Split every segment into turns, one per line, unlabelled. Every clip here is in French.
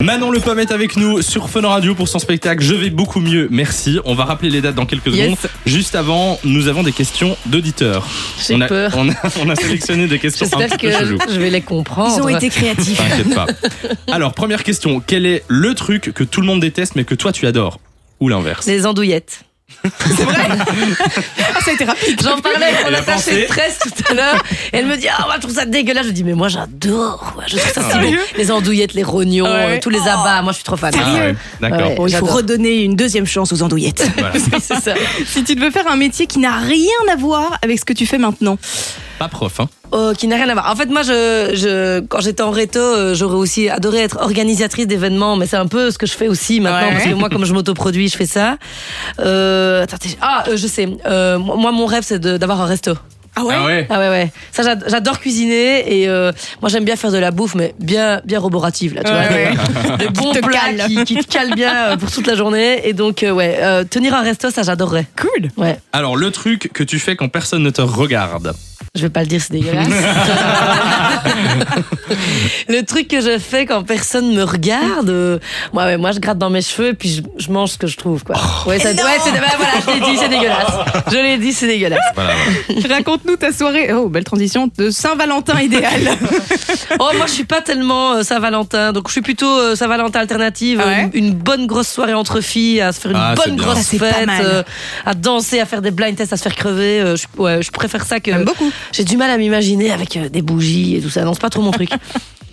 Manon Le Pomme est avec nous sur Fun Radio pour son spectacle Je vais beaucoup mieux, merci. On va rappeler les dates dans quelques
Yes.
secondes. Juste avant, nous avons des questions d'auditeurs.
J'ai
on a,
peur.
On a, on a sélectionné des questions un
J'espère
petit
que
peu cheloues.
je vais les comprendre.
Ils ont été créatifs.
T'inquiète pas. Alors, première question quel est le truc que tout le monde déteste mais que toi tu adores Ou l'inverse
Les andouillettes.
Ah, ça a été rapide.
J'en parlais avec mon
Elle a pensé.
attachée de presse tout à l'heure. Elle me dit Ah, moi, je trouve ça dégueulasse. Je dis Mais moi, j'adore. quoi. Je trouve ça
Ah,
si bon.
sérieux
Les andouillettes, les rognons,
Ouais. Oh.
euh, tous les abats. Moi, je suis trop fan.
Ah ouais, D'accord.
Ouais.
Bon, Oh, il faut
J'adore.
redonner une deuxième chance aux andouillettes.
Voilà.
C'est ça.
si tu veux faire un métier qui n'a rien à voir avec ce que tu fais maintenant.
Pas prof, hein
Oh, qui n'a rien à voir. En fait, moi, je, je, quand j'étais en réto, euh, j'aurais aussi adoré être organisatrice d'événements, mais c'est un peu ce que je fais aussi maintenant,
Ouais.
parce que moi, comme je m'autoproduis, je fais ça. Euh, attends, t'es- ah, euh, je sais. Euh, moi, mon rêve, c'est de- d'avoir un resto.
Ah
Ah ouais
Ah ouais ouais, ça j'ad- j'adore cuisiner et euh, moi j'aime bien faire de la bouffe mais bien bien roborative là, tu vois.
Ouais,
Des des bons
te
plats
cale.
qui, qui te calent bien euh, pour toute la journée et donc euh, ouais, euh, tenir un resto ça j'adorerais.
Cool.
Ouais,
Alors, le truc que tu fais quand personne ne te regarde
je vais pas le dire c'est dégueulasse. le truc que je fais quand personne me regarde, euh, moi ouais, moi je gratte dans mes cheveux et puis je, je mange ce que je trouve quoi. Ouais, ça, ouais
non
c'est bah, voilà, je l'ai dit c'est dégueulasse. Je l'ai dit c'est dégueulasse.
Voilà.
Raconte-nous ta soirée. Oh, belle transition de Saint-Valentin idéal.
Oh, moi, je suis pas tellement euh, Saint-Valentin, donc je suis plutôt euh, Saint-Valentin alternative. euh,
Ouais.
Une, une bonne grosse soirée entre filles, à se faire une
Ah, c'est
bonne
bien.
grosse
Ça, c'est pas
fête, euh,
mal.
à danser, à faire des blind tests, à se faire crever. euh, je, ouais, je préfère ça que.
J'aime beaucoup.
J'ai du mal à m'imaginer avec euh, des bougies et tout ça. Non, c'est pas trop mon truc.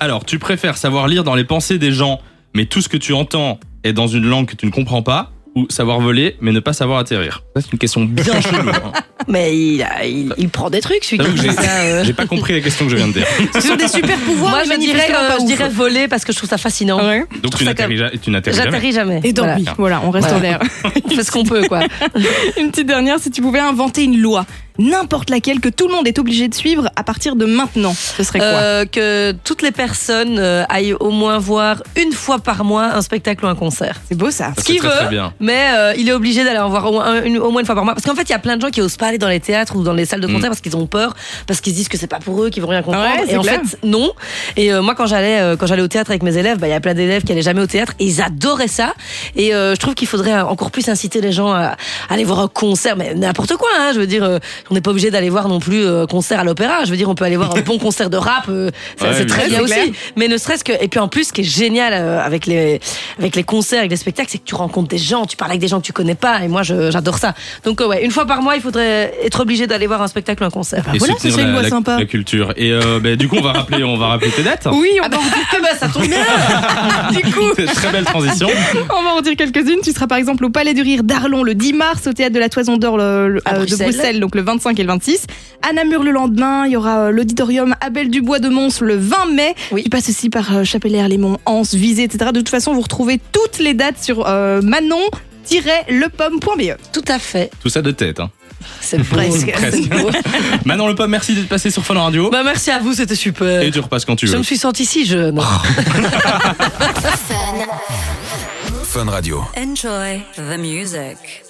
Alors, tu préfères savoir lire dans les pensées des gens, mais tout ce que tu entends est dans une langue que tu ne comprends pas, ou savoir voler, mais ne pas savoir atterrir Ça, c'est une question bien chelou. hein.
Mais il, a- il, il prend des trucs, celui qui
J'avoue que
dit ça. euh.
J'ai pas compris la question que je viens de dire.
Ce sont des super pouvoirs.
Moi,
mais
je dirais,
manifestement
euh,
pas
je
ouf.
dirais voler parce que je trouve ça fascinant.
Ouais.
Donc,
trouve
tu
ça
n'atterris ja- tu n'atterris jamais.
J'atterris jamais.
Et tant
Voilà.
pis. Voilà, on reste
Voilà.
en l'air.
On fait ce qu'on peut, quoi.
Une petite dernière, si tu pouvais inventer une loi, n'importe laquelle, que tout le monde est obligé de suivre à partir de maintenant, ce serait quoi
Euh, que toutes les personnes euh, aillent au moins voir une fois par mois un spectacle ou un concert.
C'est beau ça.
Ça,
ce qu'il
c'est très,
veut.
très bien.
Mais euh, il est obligé d'aller en voir au moins, un- une, au moins une fois par mois. Parce qu'en fait, il y a plein de gens qui osent pas aller dans les théâtres ou dans les salles de
Mm.
concert parce qu'ils ont peur, parce qu'ils se disent que c'est pas pour eux, qu'ils vont rien comprendre.
Ah Ouais, c'est
et en
clair.
fait, non. Et euh, moi, quand j'allais euh, quand j'allais au théâtre avec mes élèves, bah, il y a plein d'élèves qui allaient jamais au théâtre et ils adoraient ça. Et euh, je trouve qu'il faudrait euh, encore plus inciter les gens à, à aller voir un concert, mais n'importe quoi. hein. je veux dire, euh, on n'est pas obligé d'aller voir non plus euh, concert à l'opéra. Je veux dire, on peut aller voir un bon concert de rap. euh, ça,
Ouais,
c'est très
oui.
bien
C'est
aussi.
clair.
Mais ne serait-ce que. Et puis en plus, ce qui est génial euh, avec les, avec les concerts, avec les spectacles, c'est que tu rencontres des gens, tu parles avec des gens que tu connais pas, et moi je- j'adore ça. Donc euh, ouais, une fois par mois, il faudrait être obligé d'aller voir un spectacle ou un concert.
Et
voilà, ce
soutenir
serait une
la,
loi
la-
sympa.
la culture. Et euh, ben, du coup, on va rappeler, on va rappeler tes dates.
Oui, on
Ah
va
bah, eh ben, ça tombe bien
du coup.
Très belle transition.
On va en dire quelques-unes. Tu seras par exemple au Palais du Rire d'Arlon le 10 mars, au Théâtre de la Toison d'Or le- le-
À
euh, de
Bruxelles.
Bruxelles, donc le 25 et le 26. À Namur le lendemain, il y aura euh, l'Auditorium Abel Dubois de Mons le 20 mai.
Oui.
Tu passes aussi par euh, Chapelaire, Lémont, Anse, Visé, etc. De toute façon, vous retrouvez toutes les dates sur euh, manon-lepomme.be.
Tout à fait,
Tout ça de tête. Hein.
c'est presque.
Presque. Manon Le Pomme, merci d'être passé sur Fun Radio.
bah, merci à vous, c'était super.
Et tu Ah. repasses quand tu
Je
veux.
me suis sentie si jeune.
Fun Radio.
Enjoy the music.